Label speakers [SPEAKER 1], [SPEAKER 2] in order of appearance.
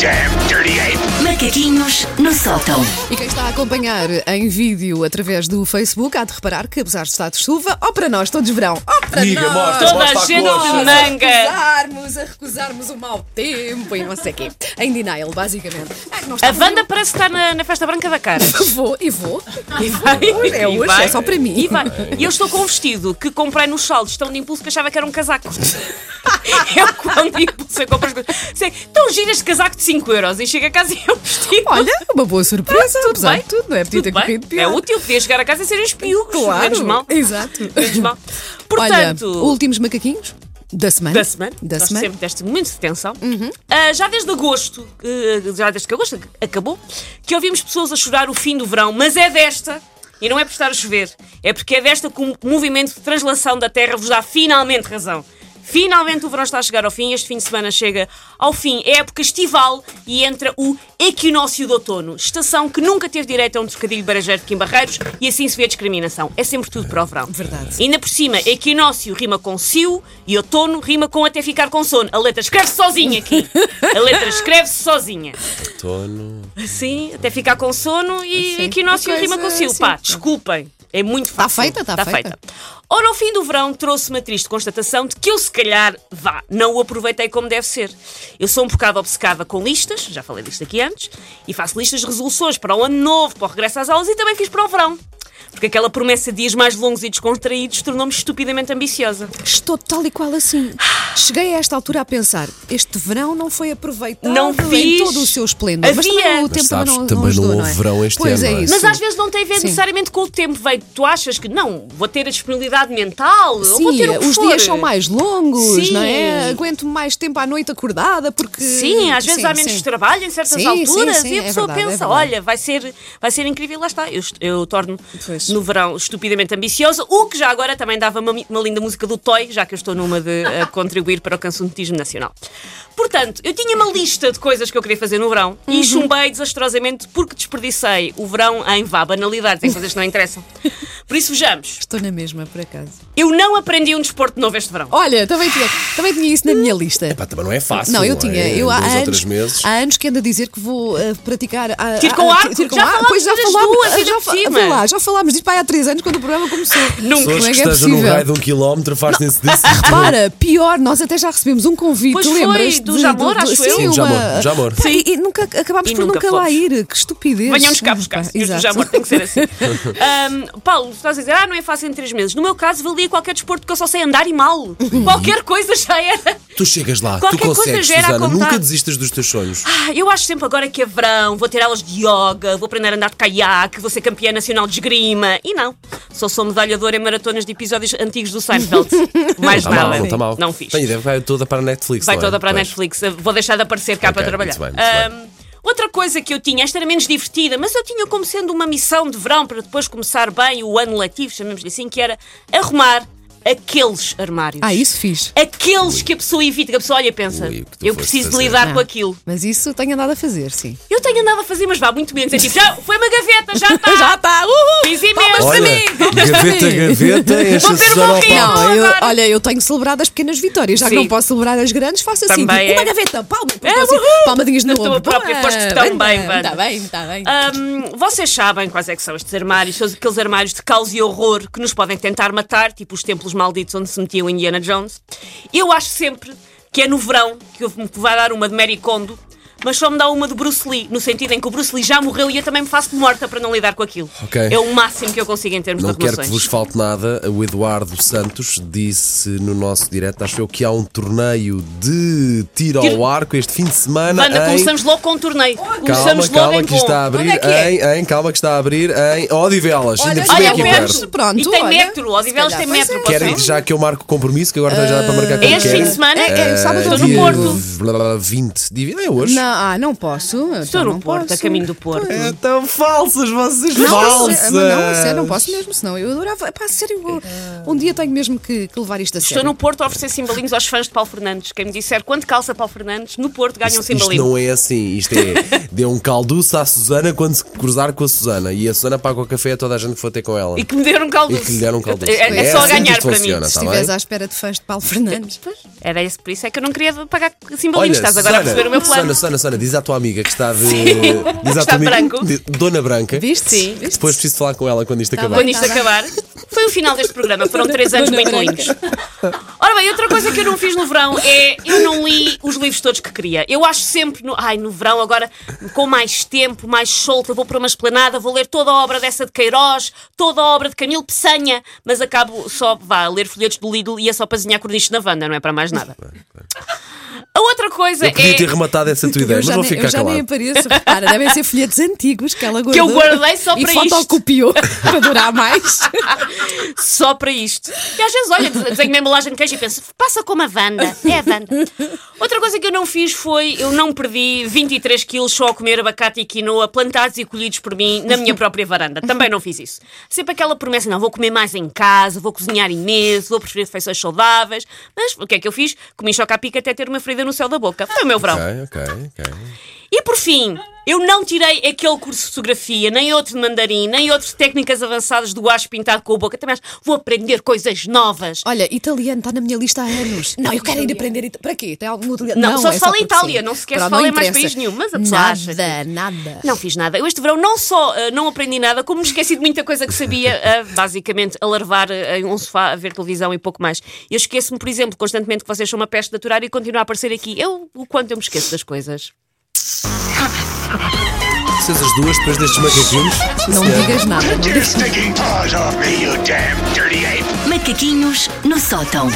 [SPEAKER 1] damn dirty ape!
[SPEAKER 2] Macaquinhos no sótão.
[SPEAKER 3] E quem está a acompanhar em vídeo através do Facebook há de reparar que, apesar de estar de chuva, ou para nós, todos verão, ou para
[SPEAKER 4] Amiga,
[SPEAKER 3] nós.
[SPEAKER 4] mostra,
[SPEAKER 3] nós
[SPEAKER 5] Toda a
[SPEAKER 4] mostra
[SPEAKER 5] gente
[SPEAKER 4] a coxa.
[SPEAKER 5] de
[SPEAKER 3] a
[SPEAKER 5] manga.
[SPEAKER 3] recusarmos, a recusarmos o mau tempo e não sei o quê. Em denial, basicamente. É Ai, nós
[SPEAKER 5] A
[SPEAKER 3] estamos-
[SPEAKER 5] Wanda parece estar na, na festa branca da cara.
[SPEAKER 3] Vou e vou. E
[SPEAKER 5] vai,
[SPEAKER 3] vou. É
[SPEAKER 5] e
[SPEAKER 3] hoje,
[SPEAKER 5] vai.
[SPEAKER 3] é só para mim.
[SPEAKER 5] E vai. E eu estou com um vestido que comprei nos saldos tão de impulso que achava que era um casaco. Eu, quando de impulso, eu compro as coisas. Sei, tão giro este casaco de 5 euros e chego a casa e é um vestido.
[SPEAKER 3] Olha, uma boa surpresa,
[SPEAKER 5] tudo
[SPEAKER 3] apesar
[SPEAKER 5] bem.
[SPEAKER 3] de tudo, não é? Podia ter
[SPEAKER 5] Tudo bem.
[SPEAKER 3] corrido pior.
[SPEAKER 5] É útil, podia chegar a casa e serem espiúgos.
[SPEAKER 3] Claro.
[SPEAKER 5] Menos mal.
[SPEAKER 3] Exato.
[SPEAKER 5] Menos mal.
[SPEAKER 3] Olha,
[SPEAKER 5] Portanto.
[SPEAKER 3] últimos macaquinhos da semana.
[SPEAKER 5] da semana.
[SPEAKER 3] Da
[SPEAKER 5] Nós
[SPEAKER 3] semana. Uhum.
[SPEAKER 5] sempre deste momentos de tensão. Ah, já desde agosto, eh, já desde que agosto acabou, que ouvimos pessoas a chorar o fim do verão, mas é desta, e não é por estar a chover, é porque é desta que o movimento de translação da Terra vos dá finalmente razão. Finalmente o verão está a chegar ao fim, este fim de semana chega ao fim. É época estival e entra o equinócio de outono, estação que nunca teve direito a um trocadilho barajeiro aqui em Barreiros e assim se vê a discriminação. É sempre tudo para o verão.
[SPEAKER 3] Verdade.
[SPEAKER 5] Ainda por cima, equinócio rima com cio e outono rima com até ficar com sono. A letra escreve-se sozinha aqui. A letra escreve-se sozinha.
[SPEAKER 4] Outono.
[SPEAKER 5] Sim, até ficar com sono e
[SPEAKER 3] Sim.
[SPEAKER 5] equinócio
[SPEAKER 3] Uma coisa
[SPEAKER 5] rima com cio.
[SPEAKER 3] assim.
[SPEAKER 5] Pá, desculpem. É muito fácil.
[SPEAKER 3] feita, tá feita.
[SPEAKER 5] Ora, ao fim do verão, trouxe-me a triste constatação de que eu, se calhar, vá, não o aproveitei como deve ser. Eu sou um bocado obcecada com listas, já falei disto aqui antes, e faço listas de resoluções para o ano novo, para o regresso às aulas e também fiz para o verão. Porque aquela promessa de dias mais longos e descontraídos tornou-me estupidamente ambiciosa.
[SPEAKER 3] Estou tal e qual assim. Cheguei a esta altura a pensar, este verão não foi aproveitado
[SPEAKER 5] Não
[SPEAKER 3] em
[SPEAKER 5] fiz.
[SPEAKER 3] todo o seu esplendor. Mas
[SPEAKER 5] Havia.
[SPEAKER 3] também o
[SPEAKER 5] Mas
[SPEAKER 3] tempo
[SPEAKER 4] sabes
[SPEAKER 3] não,
[SPEAKER 4] que também
[SPEAKER 3] não
[SPEAKER 4] não
[SPEAKER 3] ajudou,
[SPEAKER 4] houve
[SPEAKER 3] não é?
[SPEAKER 4] verão este
[SPEAKER 3] pois
[SPEAKER 4] ano, não
[SPEAKER 3] é
[SPEAKER 4] é?
[SPEAKER 3] isso.
[SPEAKER 5] Mas às vezes não tem a ver
[SPEAKER 3] Sim.
[SPEAKER 5] necessariamente com o tempo. Veio, tu achas que não, vou ter a disponibilidade mental, eu
[SPEAKER 3] Sim,
[SPEAKER 5] vou ter o que
[SPEAKER 3] os
[SPEAKER 5] for.
[SPEAKER 3] dias são mais longos,
[SPEAKER 5] Sim.
[SPEAKER 3] não é? Aguento mais tempo à noite acordada porque.
[SPEAKER 5] Sim, às vezes
[SPEAKER 3] Sim,
[SPEAKER 5] há menos
[SPEAKER 3] sim.
[SPEAKER 5] trabalho em certas
[SPEAKER 3] Sim,
[SPEAKER 5] alturas
[SPEAKER 3] sim, sim,
[SPEAKER 5] e a
[SPEAKER 3] é
[SPEAKER 5] pessoa
[SPEAKER 3] verdade, é
[SPEAKER 5] pensa,
[SPEAKER 3] verdade.
[SPEAKER 5] olha, vai ser, vai ser incrível, lá está. Eu, est- eu torno
[SPEAKER 3] Pois.
[SPEAKER 5] no verão estupidamente ambiciosa, o que já agora também dava uma, mi- uma linda música do Toy, já que eu estou numa de a contribuir para o cancionetismo nacional. Portanto, eu tinha uma lista de coisas que eu queria fazer no verão
[SPEAKER 3] Uhum.
[SPEAKER 5] e chumbei desastrosamente porque desperdicei o verão em vá, banalidades, em coisas que não interessam. Por isso, vejamos,
[SPEAKER 3] Estou na mesma, por acaso.
[SPEAKER 5] eu não aprendi um desporto novo este verão.
[SPEAKER 3] Olha, também tinha, também tinha isso na minha lista.
[SPEAKER 4] Pá, também não é fácil.
[SPEAKER 3] Não, eu
[SPEAKER 4] é?
[SPEAKER 3] tinha.
[SPEAKER 4] Em
[SPEAKER 3] Eu há
[SPEAKER 4] dois ou três
[SPEAKER 3] anos,
[SPEAKER 4] meses.
[SPEAKER 3] há anos que ando a dizer que vou eh, praticar. ah,
[SPEAKER 5] Tiro
[SPEAKER 3] ah,
[SPEAKER 5] com
[SPEAKER 3] ah,
[SPEAKER 5] arco.
[SPEAKER 3] tiro com
[SPEAKER 5] Já
[SPEAKER 3] arco.
[SPEAKER 5] falámos
[SPEAKER 3] Pois já
[SPEAKER 5] das
[SPEAKER 3] falámos. eh,
[SPEAKER 5] duas, ainda
[SPEAKER 3] já,
[SPEAKER 5] por
[SPEAKER 3] fa-
[SPEAKER 5] cima.
[SPEAKER 3] vê lá, já falámos disso pá, há três anos quando o programa começou.
[SPEAKER 5] Nunca.
[SPEAKER 4] Pessoas
[SPEAKER 3] Como é
[SPEAKER 4] que
[SPEAKER 3] que é
[SPEAKER 4] estejam num
[SPEAKER 3] possível?
[SPEAKER 4] raio de um quilómetro fazem-se disso.
[SPEAKER 3] Para, pior, nós até já recebemos um convite,
[SPEAKER 5] Pois foi,
[SPEAKER 3] lembras?
[SPEAKER 5] do Jamor, acho
[SPEAKER 3] sim,
[SPEAKER 5] eu.
[SPEAKER 4] Sim,
[SPEAKER 3] uma...
[SPEAKER 4] do Jamor, Jamor.
[SPEAKER 3] Pá, E, e nunca acabámos
[SPEAKER 5] E
[SPEAKER 3] por nunca,
[SPEAKER 5] nunca
[SPEAKER 3] lá
[SPEAKER 5] fomos.
[SPEAKER 3] ir, que estupidez.
[SPEAKER 5] Venham-nos cá
[SPEAKER 3] Pá,
[SPEAKER 5] buscar, senhores do
[SPEAKER 3] exato.
[SPEAKER 5] Jamor, tem que ser assim. Ahm, Paulo, estás a dizer, ah, não é fácil em três meses. No meu caso, valia qualquer desporto que eu só sei andar e mal.
[SPEAKER 3] Uhum.
[SPEAKER 5] qualquer coisa já era.
[SPEAKER 4] Tu chegas lá,
[SPEAKER 5] Qualquer
[SPEAKER 4] tu
[SPEAKER 5] coisa
[SPEAKER 4] consegues,
[SPEAKER 5] gera a
[SPEAKER 4] Susana.
[SPEAKER 5] contar.
[SPEAKER 4] Nunca desistas dos teus sonhos.
[SPEAKER 5] Ah, eu acho sempre agora que é verão, vou ter aulas de yoga, vou aprender a andar de caiaque, vou ser campeã nacional de esgrima. E não, só sou medalhadora em maratonas de episódios antigos do Seinfeld. Mais
[SPEAKER 4] Está Tá
[SPEAKER 5] nada.
[SPEAKER 4] mal, não está mal.
[SPEAKER 5] Não fiz.
[SPEAKER 4] Tem ideia, vai toda para a Netflix.
[SPEAKER 5] Vai
[SPEAKER 4] não é?
[SPEAKER 5] toda para a
[SPEAKER 4] Pois.
[SPEAKER 5] Netflix. Vou deixar de aparecer cá
[SPEAKER 4] Ok,
[SPEAKER 5] para trabalhar.
[SPEAKER 4] muito bem, muito
[SPEAKER 5] Ahm, Outra coisa que eu tinha, esta era menos divertida, mas eu tinha como sendo uma missão de verão para depois começar bem o ano letivo, chamemos-lhe assim, que era arrumar aqueles armários.
[SPEAKER 3] Ah, isso fiz.
[SPEAKER 5] Aqueles que a pessoa evita, que a pessoa olha e pensa,
[SPEAKER 4] Ui, o que tu
[SPEAKER 5] eu
[SPEAKER 4] foste
[SPEAKER 5] preciso de
[SPEAKER 4] fazer?"
[SPEAKER 5] lidar com
[SPEAKER 3] Ah,
[SPEAKER 5] aquilo.
[SPEAKER 3] Mas isso tenho andado a fazer, sim.
[SPEAKER 5] Eu tenho andado a fazer, mas vá muito menos. É tipo, já foi uma gaveta, já está.
[SPEAKER 3] Já está, uhul!
[SPEAKER 5] Fiz imenso.
[SPEAKER 4] Olha, gaveta, gaveta, enche
[SPEAKER 5] Vou
[SPEAKER 4] a
[SPEAKER 5] ver o
[SPEAKER 4] Susana ao pau.
[SPEAKER 5] meu rio.
[SPEAKER 3] Não, eu-
[SPEAKER 5] agora.
[SPEAKER 3] olha, eu tenho celebrado as pequenas vitórias, já que
[SPEAKER 5] Sim.
[SPEAKER 3] não posso celebrar as grandes, faço assim,
[SPEAKER 5] Também
[SPEAKER 3] tipo, uma
[SPEAKER 5] é.
[SPEAKER 3] gaveta, palma,
[SPEAKER 5] É,
[SPEAKER 3] assim,
[SPEAKER 5] uhul!
[SPEAKER 3] palmadinhas no
[SPEAKER 5] Na tua
[SPEAKER 3] ombro.
[SPEAKER 5] própria,
[SPEAKER 3] Boa,
[SPEAKER 5] foste tão bem, Wanda.
[SPEAKER 3] Está bem, está bem.
[SPEAKER 5] Ah, Ahm, vocês sabem quais é que são estes armários, são aqueles armários de caos e horror que nos podem tentar matar, tipo os templos malditos onde se metia o Indiana Jones. Eu acho sempre que é no verão que eu me vai dar uma de Mary Kondo, mas só me dá uma de Bruce Lee, no sentido em que o Bruce Lee já morreu e eu também me faço morta para não lidar com aquilo.
[SPEAKER 4] Ok.
[SPEAKER 5] É o máximo que eu consigo em termos
[SPEAKER 4] Não
[SPEAKER 5] de
[SPEAKER 4] quero que
[SPEAKER 5] relações.
[SPEAKER 4] vos falte nada. O Eduardo Santos disse no nosso direto, acho eu, que há um torneio de tiro ao
[SPEAKER 5] Tiro-
[SPEAKER 4] arco este fim de semana.
[SPEAKER 5] Wanda,
[SPEAKER 4] em-
[SPEAKER 5] começamos logo com o torneio.
[SPEAKER 4] Calma,
[SPEAKER 5] começamos logo
[SPEAKER 4] calma,
[SPEAKER 5] em
[SPEAKER 4] que
[SPEAKER 5] bom.
[SPEAKER 4] está a
[SPEAKER 3] Onde é
[SPEAKER 4] abrir
[SPEAKER 3] que é?
[SPEAKER 4] em, em, calma que está a abrir em Odivelas.
[SPEAKER 3] Olha,
[SPEAKER 4] Ainda por cima é
[SPEAKER 5] Olha,
[SPEAKER 4] aqui
[SPEAKER 5] ao
[SPEAKER 3] Odivelas,
[SPEAKER 4] perto.
[SPEAKER 5] menos.
[SPEAKER 3] pronto,
[SPEAKER 5] e tem
[SPEAKER 3] olha.
[SPEAKER 5] metro, Odivelas
[SPEAKER 3] Se
[SPEAKER 5] tem
[SPEAKER 3] calhar.
[SPEAKER 5] metro.
[SPEAKER 3] Pois é.
[SPEAKER 4] Quero ir já que eu marco o compromisso, que agora também já dá para marcar quando
[SPEAKER 5] este
[SPEAKER 4] quer.
[SPEAKER 5] fim de semana?
[SPEAKER 3] É, é, sábado
[SPEAKER 5] Estou
[SPEAKER 3] ou
[SPEAKER 5] no
[SPEAKER 4] Dia
[SPEAKER 5] Porto.
[SPEAKER 4] blá, blá, blá, 20. Dia, é hoje.
[SPEAKER 3] Não, ah, não posso. eu
[SPEAKER 5] Estou
[SPEAKER 3] já
[SPEAKER 5] no
[SPEAKER 3] não
[SPEAKER 5] Porto,
[SPEAKER 3] posso.
[SPEAKER 5] a caminho do Porto.
[SPEAKER 4] É tão falsas vocês,
[SPEAKER 3] Não,
[SPEAKER 4] falsas.
[SPEAKER 3] mas, não,
[SPEAKER 5] é,
[SPEAKER 3] sério, não posso mesmo, senão eu adorava. Pá, sério, eu- um dia tenho mesmo que, que levar isto a sério.
[SPEAKER 5] Estou no Porto a oferecer simbolinhos aos fãs de Paulo Fernandes. Quem me disser quanto calça Paulo Fernandes, no Porto ganha um
[SPEAKER 4] Isto, isto
[SPEAKER 5] simbolinho.
[SPEAKER 4] não é assim, isto é dê um calduço à Susana quando se cruzar com a Susana e a Susana paga o café a toda a gente que for ter com ela.
[SPEAKER 5] E que me deram um caldo.
[SPEAKER 4] é- E que lhe deram um calduço.
[SPEAKER 5] É, é
[SPEAKER 4] É
[SPEAKER 5] só
[SPEAKER 4] assim que
[SPEAKER 5] ganhar
[SPEAKER 4] isto
[SPEAKER 5] para
[SPEAKER 4] funciona.
[SPEAKER 5] mim.
[SPEAKER 3] Se
[SPEAKER 4] Está
[SPEAKER 3] estiveres
[SPEAKER 4] bem?
[SPEAKER 3] à espera de fãs de Paulo Fernandes.
[SPEAKER 5] Era isso, por isso é que eu não queria pagar
[SPEAKER 4] Olha,
[SPEAKER 5] simbolinhos. Estás agora a
[SPEAKER 4] Susana,
[SPEAKER 5] perceber o meu plano.
[SPEAKER 4] Susana, Susana, Sana, diz à tua amiga que está de.
[SPEAKER 5] Sim,
[SPEAKER 4] diz à
[SPEAKER 5] está
[SPEAKER 4] tua amiga,
[SPEAKER 5] branco.
[SPEAKER 4] de- Dona Branca.
[SPEAKER 3] Viste?
[SPEAKER 5] Sim. Tá
[SPEAKER 3] Viste?
[SPEAKER 4] Depois preciso falar com ela quando isto acabar.
[SPEAKER 5] Quando isto acabar, foi o final deste programa. Foram três anos bem ruins. Ora bem, outra coisa que eu não fiz no verão é eu não li os livros todos que queria. Eu acho sempre, no, ai, no verão, agora com mais tempo, mais solta, vou para uma esplanada, vou ler toda a obra dessa de Queiroz, toda a obra de Camilo Peçanha, mas acabo só, vá, a ler folhetos do Lidl e é só para desenhar cornichos na Wanda, não é para mais nada. A outra coisa
[SPEAKER 4] Eu podia
[SPEAKER 5] é.
[SPEAKER 4] ter rematado essa tua
[SPEAKER 3] Eu
[SPEAKER 4] ideia, mas
[SPEAKER 3] já
[SPEAKER 4] vou
[SPEAKER 3] nem-
[SPEAKER 4] ficar
[SPEAKER 3] eu já nem
[SPEAKER 4] calado.
[SPEAKER 3] apareço, repara, devem ser folhetos antigos que ela guardou.
[SPEAKER 5] eu guardei só
[SPEAKER 3] e
[SPEAKER 5] para isto.
[SPEAKER 3] fotocopiou para durar mais.
[SPEAKER 5] só para isto. E às vezes, olha, desenho uma embalagem de queijo e penso, passa como a Wanda. É a Wanda. Outra coisa que eu não fiz foi, eu não perdi 23 quilos só a comer abacate e quinoa plantados e colhidos por mim na minha própria varanda. Também não fiz isso. Sempre aquela promessa, não, vou comer mais em casa, vou cozinhar imenso, vou preferir refeições saudáveis. Mas o que é que eu fiz? Comi choca a pica até ter uma ferida no céu da boca. Foi o meu verão.
[SPEAKER 4] Ok, ok, ok.
[SPEAKER 5] E por fim, eu não tirei aquele curso de fotografia, nem outro de mandarim, nem outro de técnicas avançadas do guache pintado com a boca. Também acho, vou aprender coisas novas.
[SPEAKER 3] Olha, italiano está na minha lista há anos. Não, eu quero ir aprender. ita- Para quê? Tem algum italiano?
[SPEAKER 5] Não, só se
[SPEAKER 3] é
[SPEAKER 5] fala
[SPEAKER 3] porque
[SPEAKER 5] Itália,
[SPEAKER 3] sim.
[SPEAKER 5] não se quer
[SPEAKER 3] Pronto,
[SPEAKER 5] falar
[SPEAKER 3] não
[SPEAKER 5] em mais
[SPEAKER 3] interessa.
[SPEAKER 5] país nenhum, mas a pessoa acha
[SPEAKER 3] Nada, nada.
[SPEAKER 5] Não fiz nada. Eu este verão não só eh, não aprendi nada, como me esqueci de muita coisa que sabia, eh, basicamente, a larvar eh, em um sofá, a ver televisão e pouco mais. Eu esqueço-me, por exemplo, constantemente que vocês são uma peste natural e continuam a aparecer aqui. Eu, o quanto eu me esqueço das coisas.
[SPEAKER 4] Vocês as duas, depois destes macaquinhos.
[SPEAKER 3] Não
[SPEAKER 4] Senhora.
[SPEAKER 3] digas nada.
[SPEAKER 1] Get
[SPEAKER 3] não digas-
[SPEAKER 1] your stinking paws off me, you damn dirty ape!
[SPEAKER 2] Macaquinhos no sótão.